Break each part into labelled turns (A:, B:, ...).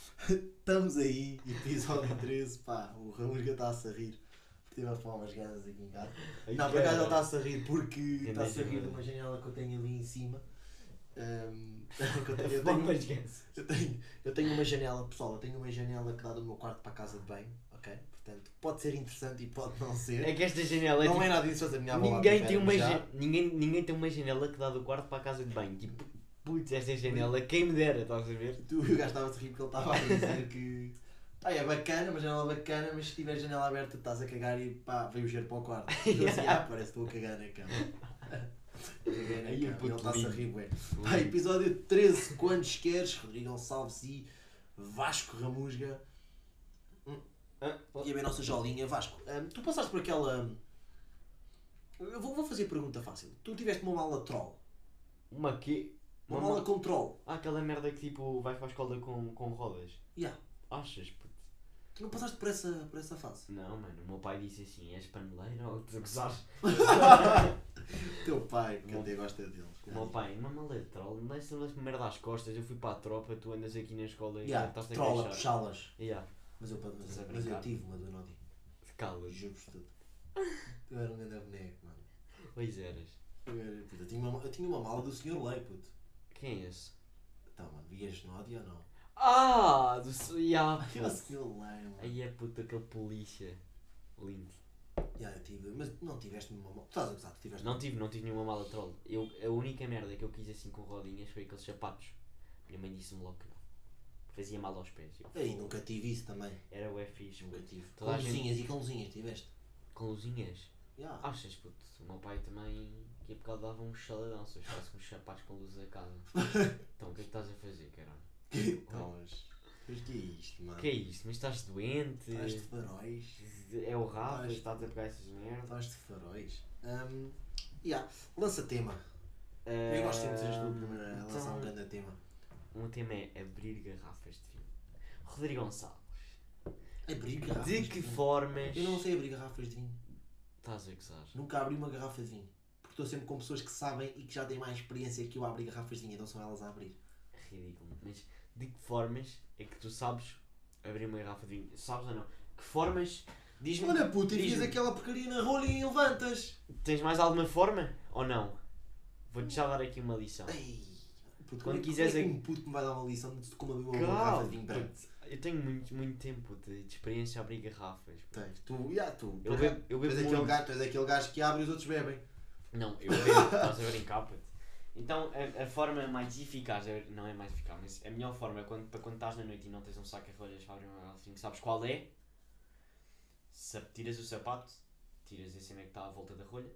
A: Estamos aí, episódio 13, pá, o Ramurga está-se a rir, porque teve a fumar umas ganas aqui em casa. Não, por acaso ele está-se a rir porque está-se a rir de uma janela que eu tenho ali em cima. Ahm, que eu, tenho, eu,
B: Bom,
A: tenho,
B: mas esquece.
A: eu, tenho, eu tenho uma janela, pessoal, eu tenho uma janela que dá do meu quarto para a casa de banho, ok? Portanto, pode ser interessante e pode não ser.
B: É que esta janela é
A: não
B: tipo-
A: é nada disso, mas a minha avó lá
B: Ninguém
A: tiver
B: tem, uma
A: já.
B: ja- ninguém, ninguém tem uma janela que dá do quarto para a casa de banho. Tipo, putz, esta janela, quem me dera, estás a ver?
A: Tu, o gajo estava-se a rir porque ele estava a dizer que. Pá, é bacana, uma janela bacana, mas se tiver janela aberta estás a cagar e pá, veio o cheiro para o quarto. E eu assim, ah, parece que estou a cagar na cama. Caguei na cama.
B: Ai,
A: Ele
B: é puto
A: está-se a
B: lindo.
A: rir, ué. Pá, episódio 13, quantos queres? Rodrigo Gonçalves e Vasco Ramusga.
B: Ah, pô.
A: E a bem nossa jolinha, Vasco. hum, tu passaste por aquela. hum, Eu vou, vou fazer pergunta fácil. Tu tiveste uma mala troll.
B: Uma quê?
A: Uma,
B: Uma
A: mala com troll.
B: Ah, aquela merda que tipo vai para a escola com, com rodas.
A: Yeah.
B: Achas, puto?
A: Tu não passaste por essa, por essa fase.
B: Não, mano, o meu pai disse assim: és paneleiro ou tu gozares?
A: Teu pai, que
B: Uma-
A: até gosta dele.
B: O meu pai, uma mala de troll, não deixa me merda às costas. Eu fui para a tropa, tu andas aqui na escola e
A: Yeah,
B: estás a
A: trola,
B: queixar.
A: puxá-las.
B: Yeah,
A: Mas eu, mas,
B: Estás a
A: mas eu
B: brincar.
A: tive uma do Nodi.
B: calas.
A: Juro-vos tudo. Eu era um grande boneco, mano.
B: Pois eras.
A: Eu, era, puta, eu, tinha uma, eu tinha uma mala do Sr. Lei, puto.
B: Quem é esse?
A: Então, mano, vias Nodi ou não?
B: Ah, do. s- Yeah,
A: Era o
B: puto.
A: Sr. Lei, mano.
B: Aí é puto aquele polícia. Lindo.
A: Já, eu tive, mas não tiveste uma mala. Tu estás a gozar, tu tiveste.
B: Não tive, não tive nenhuma mala troll. Eu, a única merda que eu quis assim com rodinhas foi aqueles sapatos. Minha mãe disse-me logo que não. Fazia mal aos pés. Eu-
A: Ei, nunca tive isso também.
B: Era o fixe,
A: Nunca
B: puto.
A: tive. Com
B: Toda a gente-
A: luzinhas e com luzinhas tiveste.
B: Com luzinhas.
A: Já.
B: Achas, puto? O meu pai também, que a bocado dava um chaladão, se eu ficasse com os sapatos com luz a casa. Então, o que é que estás a fazer, caralho?
A: Que talas. Então, Mas que é isto,
B: O
A: mano?
B: que é isto? Mas estás doente?
A: Estás de faróis.
B: É o Rafa,
A: Estás-
B: estás a pegar essas merdas?
A: Estás de faróis. Hum, já, lança tema.
B: Eu
A: Eu gosto sempre de
B: Ah,
A: seres tu primeiro a
B: então,
A: lançar um grande tema.
B: O tema é abrir garrafas de vinho. Rodrigo Gonçalves,
A: Abrir garrafas
B: de
A: de
B: que
A: vinho.
B: formas
A: Ah, Eu não sei abrir garrafas de vinho.
B: estás a gozar?
A: Nunca abri uma garrafa de vinho. Porque estou sempre com pessoas que sabem e que já têm mais experiência que eu a abrir garrafas de vinho, então são elas a abrir.
B: Ridículo. Mas de que formas é que tu sabes abrir uma garrafa de vinho? Sabes ou não? Que formas? Diz-me.
A: Olha puta,
B: diz-me.
A: enfias aquela porcaria na rolha e levantas.
B: Tens mais alguma forma ou não? Vou-te já dar aqui uma lição.
A: Ei, puto,
B: Quando
A: como é que-
B: quiseres
A: como é que
B: a-
A: um puto me vai dar uma lição de como abrir uma garrafa
B: Calma,
A: de vinho branco.
B: puto. eu tenho muito, muito tempo de, de experiência a abrir garrafas. puto.
A: Tens, tu, já, tu.
B: Eu
A: tu és
B: bebo, eu bebo
A: aquele
B: muito.
A: gajo- tu és aquele gajo que abre e os outros bebem.
B: Não, eu bebo, estás a brincar, puto. Então, a, a forma mais eficaz, é- não é mais eficaz, mas a melhor forma é quando, para quando estás na noite e não tens um saco de rolhas para abrir uma garrafa de vinho, sabes qual é? Se tiras o sapato, tiras a cena que está à volta da rolha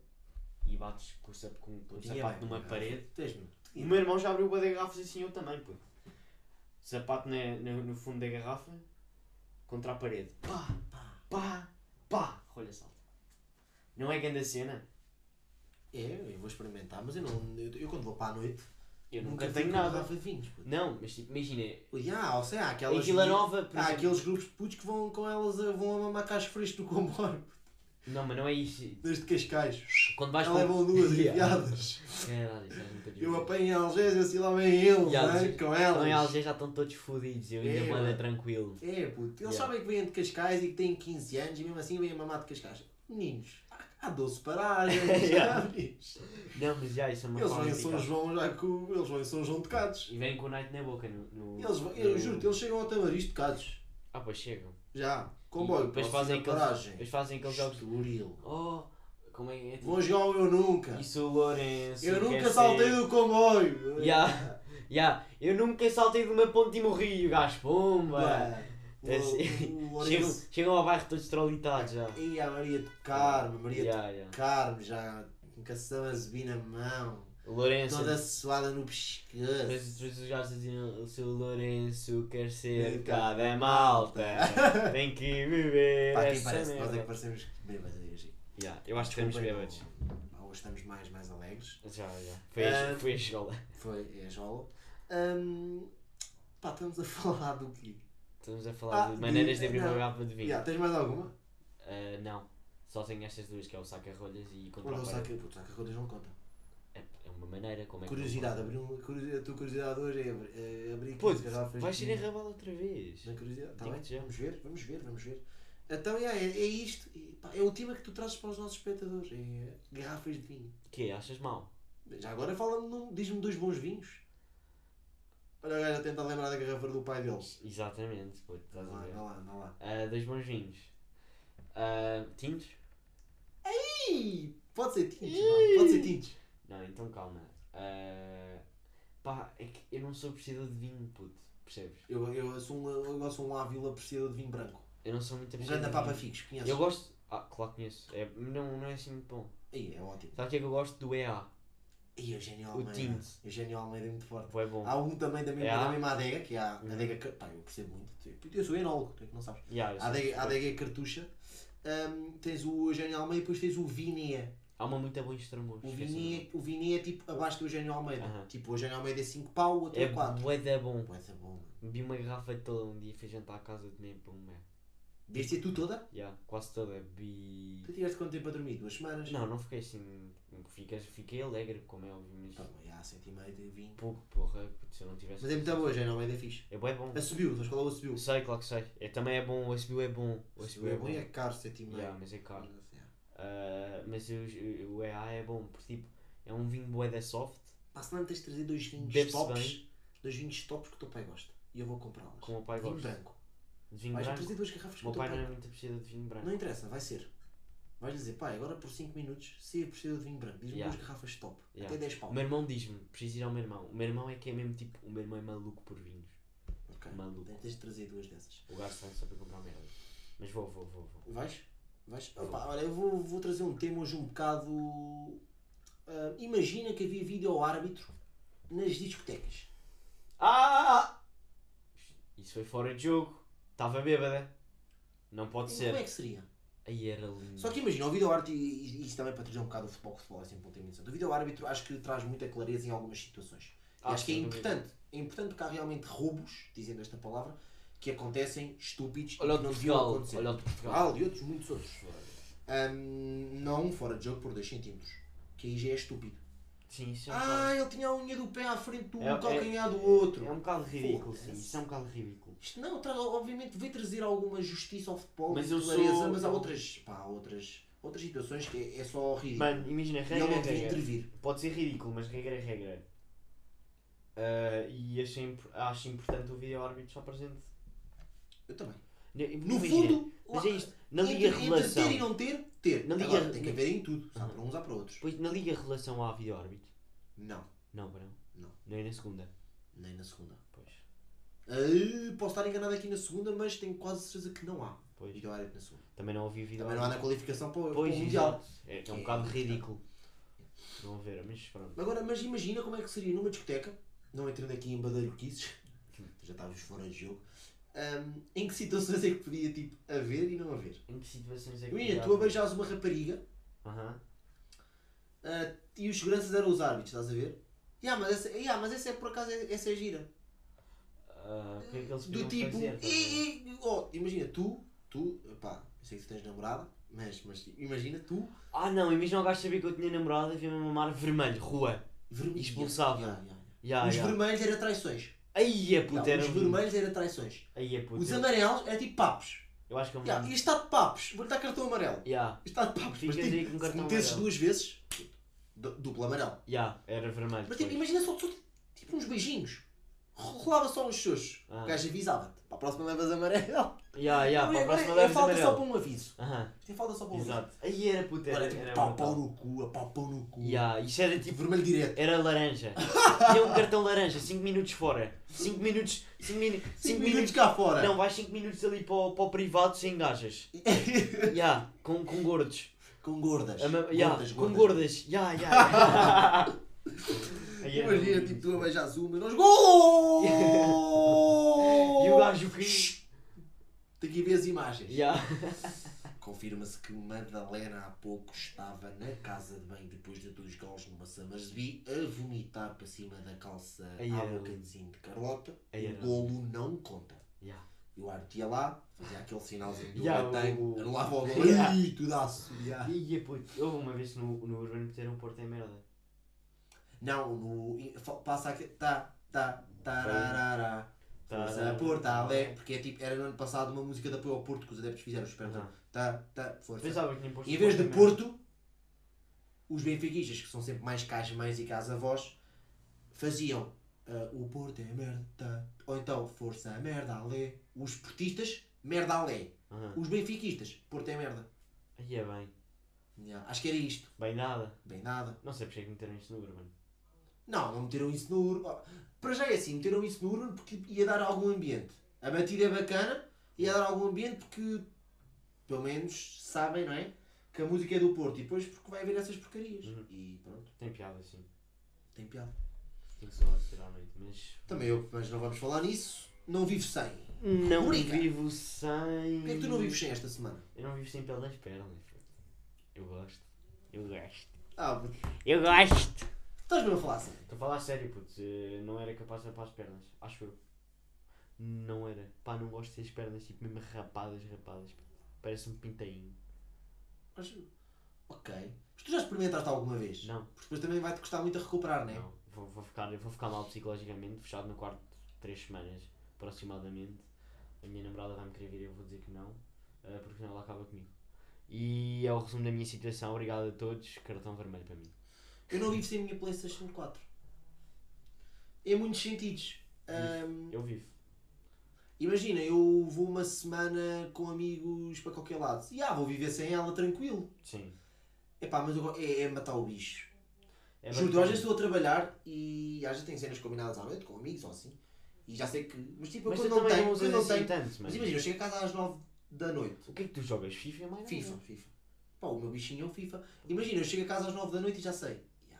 B: e bates com o, sap- com- com o
A: Tinha
B: sapato
A: é bem, Ah,
B: numa
A: cara.
B: parede
A: Tens-me.
B: O meu irmão já abriu bué de garrafas assim, eu também, puto. Sapato na, na- no fundo da garrafa, contra a parede. Pá, pá, pá, pá. Rolha salta. Não é grande a cena?
A: É, eu vou experimentar, mas eu não. Eu, eu quando vou para a noite.
B: Eu nunca, tenho
A: fico com
B: nada.
A: garrafa de vinhos, puto.
B: Não, mas tipo, imagina,
A: Yeah, ah, ou seja, há
B: em
A: aquelas.
B: Vila Nova, por
A: Há
B: exemplo.
A: aqueles grupos de putos que vão com elas a, vão a mamar caixa fresco do comboio.
B: Não, mas não é isso.
A: Desde Cascais.
B: Quando vais
A: Já
B: para.
A: levam duas
B: Yeah.
A: enviadas.
B: Caralho, isso é muito
A: Eu
B: divertido.
A: apanho em Algés e assim lá vem eles,
B: Yeah,
A: né,
B: Algés.
A: com
B: Então em
A: elas.
B: Algés já estão todos fodidos, eu
A: É,
B: ainda vou
A: mano.
B: andar tranquilo.
A: É, puto. Eles
B: Yeah.
A: sabem que vêm de Cascais e que têm 15 anos e mesmo assim vêm a mamar de Cascais. Meninos, há- há 12 paragens,
B: Yeah.
A: sabes?
B: Não, mas já, isso é uma
A: Eles
B: forma
A: vão em São
B: eficaz.
A: João já com. Eles vão em São João tocados.
B: E vêm com o night na boca no. no-
A: Eles vão,
B: no-
A: eu juro-te, eles chegam ao Tamariz tocados.
B: Ah, pois chegam.
A: Já.
B: E
A: Comboio,
B: depois
A: próxima
B: fazem aqueles-
A: paragem.
B: Depois fazem aqueles jogos.
A: Estoril.
B: Oh, como é que é?
A: Vão jogar o Eu Nunca.
B: Isso o Lourenço.
A: Eu nunca
B: quer
A: saltei
B: ser-
A: do comboio.
B: Ya, ya, Eu nunca saltei de uma ponte e morri, o gajo. Pumba! É assim.
A: O, o
B: Chegam,
A: Lourenço.
B: chegam ao bairro todos trollitados já.
A: E a Maria de Carmo, Maria
B: Ya, ya.
A: de Carmo já. Cação a subir na mão.
B: O Lourenço.
A: Toda suada no pescoço.
B: Depois depois os gajos diziam: o seu Lourenço quer
A: Ele
B: ser
A: quer-
B: cada malta. Tem que beber.
A: Pá, quem
B: essa
A: parece? Nós é que
B: merda."
A: parecemos bêbados assim. hoje.
B: Ya, Eu acho que estamos
A: Desculpem,
B: bêbados.
A: pá, Hoje estamos mais, mais alegres.
B: Já, já. Foi, a-
A: então. Ah.
B: foi a escola.
A: Foi, é a jola. Hum, pá, estamos a falar do quê?
B: Estamos a falar
A: Ah,
B: de maneiras
A: de-
B: de abrir
A: não.
B: uma garrafa de vinho.
A: Ya, tens mais alguma?
B: Ah, não. Só tenho estas duas, que é o saca-rolhas e
A: Olha
B: contra
A: o
B: a parede.
A: saca, puto, saca rodas não conta.
B: É, é uma alguma maneira. Como é que
A: Curiosidade, abrir um, curi- a tua curiosidade hoje é abrir, é abrir
B: Pô,
A: 15 garrafas.
B: vai ser
A: de-
B: enrabado outra vez.
A: Na curiosidade, tá
B: Digo-te
A: bem?
B: já.
A: Vamos ver, vamos ver, vamos ver. Então, yeah, é, é isto. E, pá, é o tema que tu trazes para os nossos espectadores. É garrafas de vinho.
B: Que é, achas mal?
A: Já agora fala-me, num- diz-me dois bons vinhos. Olha, o gajo a tentar lembrar da garrafa do pai deles.
B: Exatamente, puto, estás Tá a
A: Vai
B: ver?
A: lá, vai lá.
B: Ah, dois bons vinhos. Ah, tintos?
A: Ih, pode ser tintes, vá, pode ser tintes.
B: Não, então calma. Ah, pá, é que eu não sou apreciador de vinho, puto, percebes?
A: Eu, eu, sou um, eu sou um ávila apreciador de vinho branco.
B: Eu não sou muito
A: Um
B: apreciador.
A: grande
B: de
A: papa
B: vinho.
A: fixo, conheces?
B: Eu gosto. Ah, claro que conheço. É, não, não é assim muito bom.
A: Ih, é ótimo.
B: Sabe o que é que eu gosto do EA?
A: E Eugênio
B: O
A: Almeida.
B: tinte.
A: Eugênio Almeida é muito forte.
B: Pô, É bom.
A: Há um também da mesma,
B: É,
A: da
B: há?
A: mesma adega, que é a
B: Uhum.
A: adega. Car- Pá, eu percebo muito. tu- Eu sou enólogo, tu é que não sabes.
B: Yeah, eu
A: A
B: sou-
A: adega, a adega é cartucha. Hum, tens o Eugênio Almeida e depois tens o Viné.
B: Há uma muito boa em Estremoz.
A: O
B: esqueci
A: Viné, o Viné é tipo abaixo do Eugênio Almeida.
B: Aham.
A: Tipo, o Eugênio Almeida é 5 pau, o
B: o
A: outro
B: nome.
A: é 4.
B: É bué da bom.
A: Ué, tá bom, mano.
B: Bebi uma garrafa de toda um dia e fui jantar à casa de mim para um mês.
A: Viste tu toda?
B: Yeah, quase toda. Bebi...
A: Tu tiveste quanto tempo a dormir? Duas semanas?
B: Não, não fiquei assim. Fiquei, fiquei alegre, como é óbvio, mas
A: Tá bom, já há 100 e meio de vinho.
B: pouco, porra. Se eu não tivesse.
A: Mas é muito bom, Eugênio Almeida é fixe.
B: É bué bom.
A: Assubiu, sabes qual é o assubiu?
B: Eu sei, claro que sei. É, também é bom, o SBU é bom. O SBU
A: Assubiu é bom e é caro, 7 e meio.
B: Yeah, mas é caro.
A: Mas, yeah.
B: Ah, mas eu- eu- o EA é bom, porque tipo, é um vinho bué da soft,
A: Pá, se não tens de trazer dois vinhos
B: Bebe-se
A: tops, dois vinhos tops que o teu pai gosta. E eu vou comprá-los.
B: como o meu pai
A: Vinho
B: gosta.
A: branco.
B: De vinho
A: Vais
B: branco.
A: trazer duas garrafas
B: O
A: que o
B: meu
A: teu
B: pai não é
A: pai.
B: muito apreciador de vinho branco.
A: Não interessa, vai ser. Vais dizer, pai, agora por 5 minutos, se eu preciso de vinho branco, diz-me
B: Yeah.
A: duas garrafas top.
B: Yeah.
A: Até 10
B: O
A: pau.
B: meu irmão diz-me, preciso ir ao meu irmão. O meu irmão é que é mesmo tipo, o meu irmão é maluco por vinhos.
A: Ok.
B: Maluco.
A: Tens de trazer duas dessas.
B: O gajo está só para comprar merda. Mas vou, vou, vou, vou.
A: Vais? Vais?
B: Vou.
A: Opa, olha, eu vou, vou trazer um tema hoje um bocado. ah, imagina que havia vídeo ao árbitro nas discotecas.
B: Ah! Isso foi fora de jogo. Estava bêbada. Não pode
A: E Como é
B: ser.
A: que seria?
B: Aí era lindo.
A: Só que imagina, o vídeo árbitro, e e isso também para trazer um bocado o futebol, que o futebol é sempre um tema interessante. O vídeo árbitro acho que traz muita clareza em algumas situações. E
B: Ah,
A: acho que é
B: sem dúvida.
A: importante. É importante porque há realmente roubos, dizendo esta palavra, que acontecem estúpidos
B: Olha o Ah,
A: e
B: de
A: que não deviam
B: Portugal.
A: acontecer.
B: Olha o de Portugal.
A: Portugal e outros, muitos outros. Ahm, não fora de jogo por 2 centímetros. Que aí já é estúpido.
B: Sim, isso é um bocado-
A: Ah, ele tinha a unha do pé à frente do
B: É- é-
A: calcanhar do outro.
B: É um bocado ridículo, sim.
A: Foda-se.
B: Isso é um bocado ridículo.
A: Isto não, tra- obviamente veio trazer alguma justiça ao futebol,
B: Mas
A: mas
B: eu
A: clareza,
B: sou-
A: mas há outras, pá, há outras, outras situações que é, é só ridículo.
B: Mano, imagina,
A: E ele
B: regra é
A: não devia
B: regra.
A: intervir.
B: Pode ser ridículo, mas regra é regra. Ah, e acho, imp- acho importante o vídeo árbitro só presente.
A: Eu também.
B: Ne-
A: No
B: imagina,
A: fundo,
B: Mas
A: lá-
B: é isto, na
A: entre,
B: liga
A: entre
B: relação.
A: ter e não ter, ter.
B: Na liga-
A: Agora, tem que haver em tudo.
B: Uhum.
A: Há para uns, há para outros.
B: Pois na liga relação há vídeo árbitro.
A: Não,
B: Não, para não.
A: Não.
B: Nem na segunda.
A: nem na segunda.
B: Pois.
A: Ah, posso estar enganado aqui na segunda, mas tenho quase certeza que não há.
B: Pois.
A: Vídeo árbitro na segunda.
B: Também não ouvi vídeo
A: Também não há na
B: árbitro.
A: qualificação para, o- para o
B: Pois,
A: Mundial.
B: exato. É, é um
A: É,
B: bocado
A: é.
B: ridículo. Não ver, mas pronto.
A: Agora, mas imagina como é que seria numa discoteca, não entrando aqui em badalhoquices,
B: Hum.
A: já estávamos fora de jogo, ahm, em que situações é que podia tipo, haver e não haver?
B: Em que situações é que.
A: Imagina,
B: o
A: tu a
B: árbitro-
A: beijavas uma rapariga
B: Aham.
A: ah, e os seguranças eram os árbitros, estás a ver? Ya, mas essa, ya, mas essa é por acaso, é- essa é gira.
B: Ah, o que é que eles
A: Do
B: podiam
A: tipo,
B: fazer, tá a ver?
A: e, e- oh, imagina, tu, tu, pá, eu sei que tu tens namorada, mas, mas imagina tu,
B: Ah não, imagina o gajo sabia que eu tinha namorado e vinha-me mamar vermelho, rua.
A: vermelho.
B: Expulsava.
A: Ya, ya, ya.
B: Ya,
A: os
B: ya.
A: vermelhos era traições.
B: Aí é puta,
A: Ya,
B: Ah, era
A: os
B: um-
A: vermelhos era traições.
B: Aí é puta.
A: Os amarelos era tipo papos.
B: Eu acho que é um.
A: Ya, e está de papos, vou-lhe dar cartão amarelo.
B: Ya,
A: Está de papos, mas
B: Ficas aí com
A: tipo, se
B: cartão
A: metesses
B: amarelo.
A: duas vezes, du- duplo amarelo.
B: ya, era vermelho.
A: Mas tipo,
B: pois.
A: imagina só, só tipo uns beijinhos. Rolava só uns xoxos.
B: Ah.
A: O gajo avisava-te. Para a próxima levas amarelo.
B: Ya, ya, para a próxima
A: é, é,
B: leves
A: falta só
B: amarelo.
A: para um aviso.
B: Aham,
A: Isto é falta só para um aviso.
B: exato. Aí era puta, era.
A: Agora tipo,
B: era
A: pau,
B: brutal.
A: pau no cu, a pau, pau no cu.
B: Ya, isto era tipo.
A: Tipo, vermelho direto.
B: Era laranja. Tinha um cartão laranja, 5 minutos fora. 5 minutos. 5 minutos.
A: 5 minutos cá fora.
B: Não, vais 5 minutos ali para o, para o privado sem gajas. Ya, com, com gordos.
A: Com gordas.
B: A ma- ya,
A: Gordas,
B: com
A: gordas.
B: gordas. Ya, ya, ya. Aí era
A: Imagina,
B: lindo.
A: tipo, tu a beijas uma e nós. Gol!
B: E o gajo que.
A: Tem que ver as imagens.
B: Ya.
A: Confirma-se que Madalena há pouco estava na casa de banho depois de dois gols numa Summersby a vomitar para cima da calça
B: Ai,
A: à
B: era
A: bocanzinho de Carlota.
B: Ai, era
A: o golo não conta.
B: Ya.
A: E o árbitro ia lá, fazia aquele sinalzinho do
B: Ya,
A: yeah,
B: o-
A: anulava o gol.
B: Ya.
A: Ih, tudaço. ya.
B: E, puto, houve uma vez no, no Urbano meteram o Porto em merda.
A: Não, no, fa- passa aqui. Tá, tá, tararará.
B: Tá,
A: Força Porto, ale, porque é tipo, era no ano passado uma música de apoio ao Porto que os adeptos fizeram, espera,
B: Aham.
A: tá, tá, força.
B: Pensava que tinha posto
A: Em vez de
B: também.
A: Porto, os benfiquistas, que são sempre mais caixa, mais e casa voz, faziam ah, o Porto é merda, ou então força a merda, alé. Os portistas, merda, alé.
B: Aham.
A: Os benfiquistas, Porto é merda.
B: Aí é bem.
A: Ya, Acho que era isto.
B: Bem nada.
A: Bem, nada.
B: Não sei porque é que meteram isto no Urban.
A: Não, não meteram isso no Urban. Para já é assim, meteram isso no Urban porque ia dar algum ambiente. A batida é bacana, ia dar algum ambiente porque, pelo menos, sabem, não é? Que a música é do Porto e depois porque vai haver essas porcarias.
B: Uhum.
A: E pronto,
B: Tem piada, sim.
A: tem piada.
B: Tenho saudade de ser à noite, mas.
A: Também eu, mas não vamos falar nisso. Não vivo sem.
B: Não
A: Rubrica.
B: vivo sem.
A: Porquê é que tu não vives sem esta semana?
B: Eu não vivo sem pelo das pernas. Eu gosto. Eu gosto.
A: Ah, puto,
B: Eu gosto!
A: estás mesmo a falar assim.
B: Estou a falar a sério, puto. eh, Não era capaz de rapar as pernas. Acho eu. Não era. Pá, não gosto de ter as pernas tipo mesmo rapadas, rapadas. puto. Parece um pintainho.
A: Mas, ok. Mas tu já experimentaste alguma vez?
B: Não,
A: Porque depois também vai-te custar muito a recuperar, não é?
B: não. Vou, vou ficar, eu vou ficar mal psicologicamente, fechado no quarto três semanas, aproximadamente. A minha namorada vai-me querer vir, eu vou dizer que não, eh, porque senão ela acaba comigo. E é o resumo da minha situação. Obrigado a todos. Cartão vermelho para mim.
A: Eu não vivo sem a minha PlayStation 4. Em muitos sentidos. Ahm,
B: Eu vivo.
A: imagina, eu vou uma semana com amigos para qualquer lado. E ah, vou viver sem ela tranquilo.
B: Sim.
A: Epá, mas eu, go- é, é matar o bicho.
B: É
A: Juro,
B: bacana.
A: às vezes estou a trabalhar e às vezes tenho cenas combinadas à noite com amigos ou assim. E já sei que. Mas tipo,
B: Mas
A: quando
B: tu
A: não
B: também
A: tenho,
B: não
A: quando
B: usas
A: não
B: assim
A: tenho.
B: tanto,
A: Mas
B: mano.
A: imagina, eu chego a casa às 9 da noite.
B: O que é que tu jogas? FIFA, mais
A: FIFA, FIFA. Pá, o meu bichinho é o FIFA. Imagina, eu chego a casa às 9 da noite e já sei. Ya,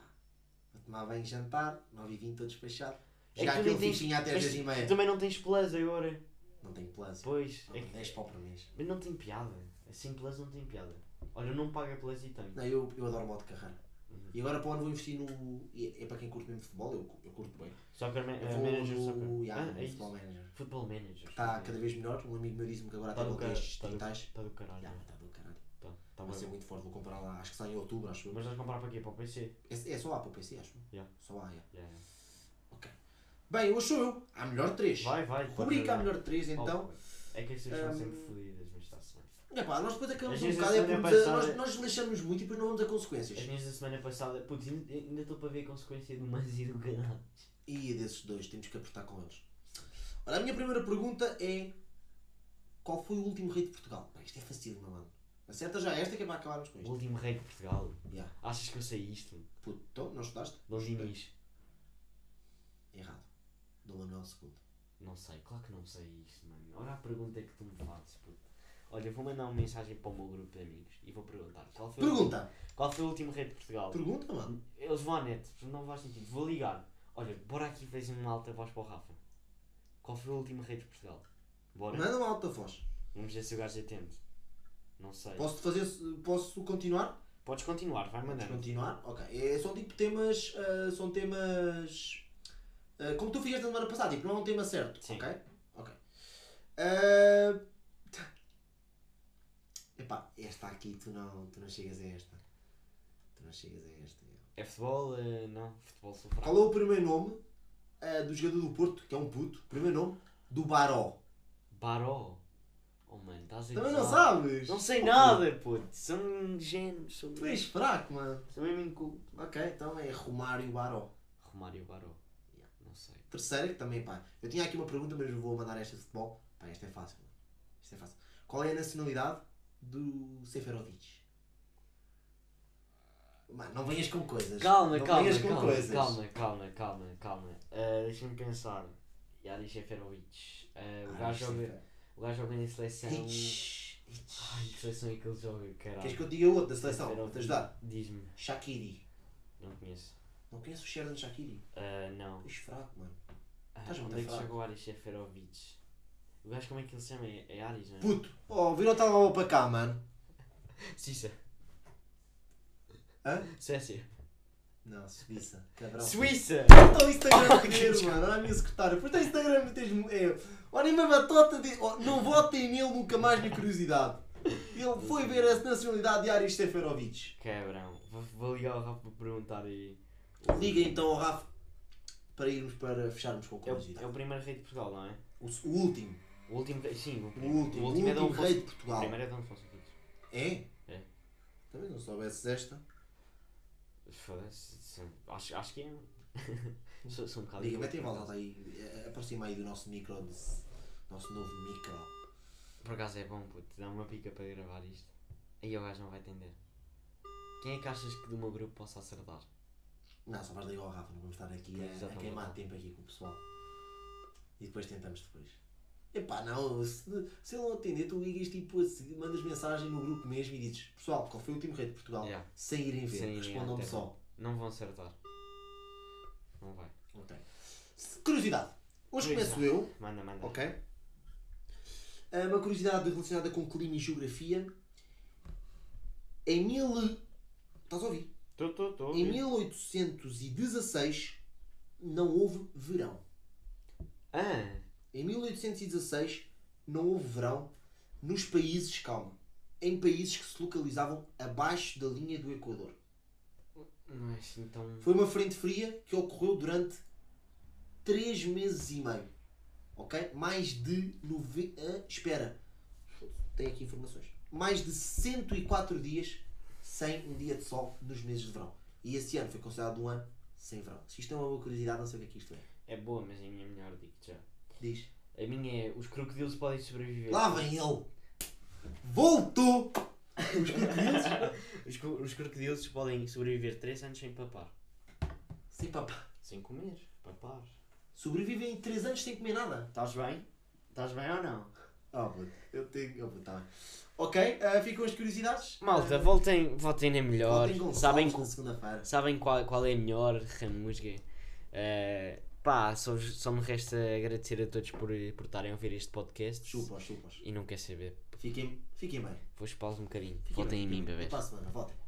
A: Vou tomar bem jantar, 9 e 20 estou despachado.
B: É
A: Chegar
B: que tu
A: aquele
B: nem tens-
A: fichinho até às
B: mas
A: 10 e
B: Tu
A: meia.
B: também não tens plus agora.
A: Não tenho plano.
B: Pois. É
A: Não,
B: que...
A: 10 pau por mês.
B: Mas não tem piada. Assim plus não tem piada. Olha, eu não pago a plus e tenho.
A: Não, eu, eu adoro modo de carreira.
B: Uhum.
A: E agora para onde vou investir no. e- É para quem curte mesmo futebol, eu, cu- eu curto bem.
B: Soccer ma-
A: Eu
B: eh,
A: vou
B: manager,
A: no-
B: soccer.
A: ya,
B: ah,
A: no
B: é isso.
A: futebol manager. Tá,
B: Futebol manager.
A: Está cada vez melhor. Um amigo meu disse-me que agora
B: Está
A: tem
B: Tá do caralho.
A: golpes
B: Está do,
A: digitais.
B: tá do caralho.
A: Já, está do caralho.
B: Tá, tá
A: Vai ser
B: bem.
A: muito forte, vou comprar lá. Acho que sai em outubro, acho eu.
B: Mas vais comprar para quê? Para o PC?
A: É, é só A para o PC, acho. eu.
B: Ya.
A: Só A, é.
B: Já, já.
A: Ok. Bem, hoje sou eu. À melhor 3.
B: Vai, vai. tá
A: Rubrica a
B: pode-
A: melhor 3, então.
B: É que estas são
A: Hum.
B: sempre fodidas, mas está-se bem.
A: Epá, nós depois acabamos
B: Às
A: um
B: vezes
A: bocado,
B: a
A: é
B: semana
A: porque nos-
B: passada-
A: nós, nós lixamos muito e depois não vamos a
B: As
A: consequências.
B: minhas da semana passada, putz, ainda ainda estou para ver a consequência do Manzi e do canal.
A: E desses dois, temos que apertar com eles. Ora, a minha primeira pergunta é: Qual foi o último rei de Portugal? Pá, isto é fácil, meu mano. Acerta já esta que é para acabarmos com
B: O
A: isto.
B: último rei de Portugal.
A: Yeah.
B: Achas que eu sei isto?
A: Puto, então, não estudaste?
B: Dom Dinis.
A: Errado. um Dom Manuel II.
B: Não sei, claro que não sei isto, mano. Olha a pergunta que tu me fazes, puto. Olha, eu vou mandar uma mensagem para o meu grupo de amigos e vou perguntar qual foi, o último-
A: Pergunta!
B: qual foi o último rei de Portugal?
A: Pergunta, mano.
B: Eles vão à net, não faz sentido. Vou ligar. Olha, bora aqui fazer uma alta voz para o Rafa. Qual foi o último rei de Portugal? Bora.
A: Manda uma alta voz.
B: Vamos ver se o gajo atende. Não sei.
A: Posso fazer. Posso continuar?
B: Podes continuar, vai
A: Vamos
B: mandando.
A: continuar? Ok. É, são tipo temas. ah, são temas. ah, como tu fizeste na semana passada, tipo, não é um tema certo.
B: Sim.
A: Ok? Ok. Ah, epá, esta aqui tu não, tu não chegas a esta. Tu não chegas a esta.
B: É futebol? eh, não, futebol sou fraco.
A: Qual é o primeiro nome ah, do jogador do Porto, que é um puto? Primeiro nome? Do Baró.
B: Baró. Oh mano, estás a
A: Também não
B: gozar.
A: sabes?
B: Não sei
A: Oh,
B: nada, puto. Sou um ingênuo, sou,
A: Tu és fraco, mano.
B: sou mesmo inculto.
A: Ok, então é Romário Baró.
B: Romário Baró. Não sei.
A: Terceira, que também, pá, eu tinha aqui uma pergunta, mas eu vou mandar esta de futebol. Pá, esta é fácil. mano. Isto é fácil. Qual é a nacionalidade do Seferovic? Mano, não venhas com coisas.
B: Calma,
A: não
B: calma,
A: venhas com
B: calma,
A: coisas.
B: calma, calma, calma, calma. Ah, Deixa-me pensar. Yari Seferovic. Ah, o,
A: Ah,
B: gajo
A: isto é
B: joga, o gajo joga na seleção.
A: Itch, itch.
B: Ai, que seleção é que ele joga, caralho.
A: Queres que eu diga outro da seleção? Para
B: Seferovic.
A: te um? ajudar?
B: Diz-me,
A: Shakiri.
B: não conheço.
A: Não conheço o Sheridan Shakiri.
B: Ah, não.
A: És fraco, mano.
B: Ah,
A: Estás muito
B: onde é que
A: fraco.
B: joga o Yari Seferovic? O gajo, como é que ele se chama? É é Aris, não é?
A: Puto, oh, vira o telemóvel para cá, mano.
B: Suíça.
A: Hã?
B: Suécia.
A: Não, Suíça. Cabrão.
B: Suíça!
A: Olha o Instagram inteiro, mano. Olha a minha secretária. Pois tem Instagram e tens. É, olha a minha batota. De, oh, não votem nele nunca mais na curiosidade. Ele foi ver a nacionalidade de Aris Seferovic.
B: Cabrão. Vou, vou ligar ao Rafa para perguntar e
A: Liga então ao Rafa para irmos para fecharmos com o
B: É
A: Colégio
B: o, é
A: Irá.
B: o primeiro rei de Portugal, não é?
A: O, s- o último,
B: O último rei, sim, o
A: o
B: primeiro.
A: último, o último,
B: é Dom Afonso.
A: rei de
B: O
A: Portugal.
B: primeiro é Dom Afonso Henriques.
A: É?
B: É.
A: Também não soubesses esta.
B: Foda-se, sim. acho, acho que é. sou, sou um bocado.
A: Liga,
B: ignorante,
A: metem
B: por
A: mal
B: acaso.
A: aí, eh, aproxima aí do nosso micro, desse, nosso novo micro.
B: Por acaso é bom, puto, dá uma pica para gravar isto. Aí o gajo não vai atender. Quem é que achas que do meu grupo possa acertar?
A: Não, só vais ligar ao Rafa, não vamos estar aqui a,
B: Pois,
A: a
B: exatamente.
A: queimar tempo aqui com o pessoal. E depois tentamos depois. Epá, não, se, se ele não atender, tu ligas tipo, a seguir, mandas mensagem no grupo mesmo e dizes Pessoal, qual foi o último rei de Portugal?
B: Yeah.
A: Sem irem
B: Sem
A: ver,
B: irem
A: respondam-me
B: até
A: só.
B: Não vão acertar. Não vai.
A: Ok. Se- Curiosidade. Hoje
B: Curiosidade.
A: começo eu,
B: Manda, manda.
A: ok? Ah, Uma curiosidade relacionada com clima e geografia. Em mil... Estás a ouvir?
B: Tô, tô, tô.
A: Em 1816 não houve verão.
B: Ah,
A: Em 1816 não houve verão nos países, calma, em países que se localizavam abaixo da linha do Equador.
B: não é assim tão.
A: Foi uma frente fria que ocorreu durante 3 meses e meio. Ok? Mais de. Nove... ah, espera. Tem aqui informações. Mais de 104 dias sem um dia de sol nos meses de verão. E esse ano foi considerado um ano sem verão. Se isto é uma boa curiosidade, não sei o que é que isto é.
B: É boa, mas a minha é melhor, digo-te já.
A: Diz.
B: A minha é: os crocodilos podem sobreviver.
A: Lá vem ele! Voltou! Os crocodilos?
B: Os, co- os crocodilos podem sobreviver 3 anos sem papar.
A: Sim, papá.
B: Sem comer, papar.
A: Sobrevivem 3 anos sem comer nada.
B: Estás bem? Estás bem ou não?
A: Ah, puto, eu tenho. Ah, puto, tá bem. Ok, ah, ficam as curiosidades.
B: Malta,
A: Ah,
B: voltem, voltem na melhor.
A: voltem com
B: Sabem,
A: salvos
B: que-
A: na segunda-feira.
B: sabem qual, qual é a melhor ramusga? Eh, pá, só, vos- só me resta agradecer a todos por por estarem a ouvir este podcast.
A: Chupas, chupas.
B: E não quer saber.
A: Fiquem, fiquem bem.
B: Vou chupá-los um bocadinho.
A: Fiquem
B: Voltem em
A: bem.
B: mim, bebês.
A: Até para a semana, voltem.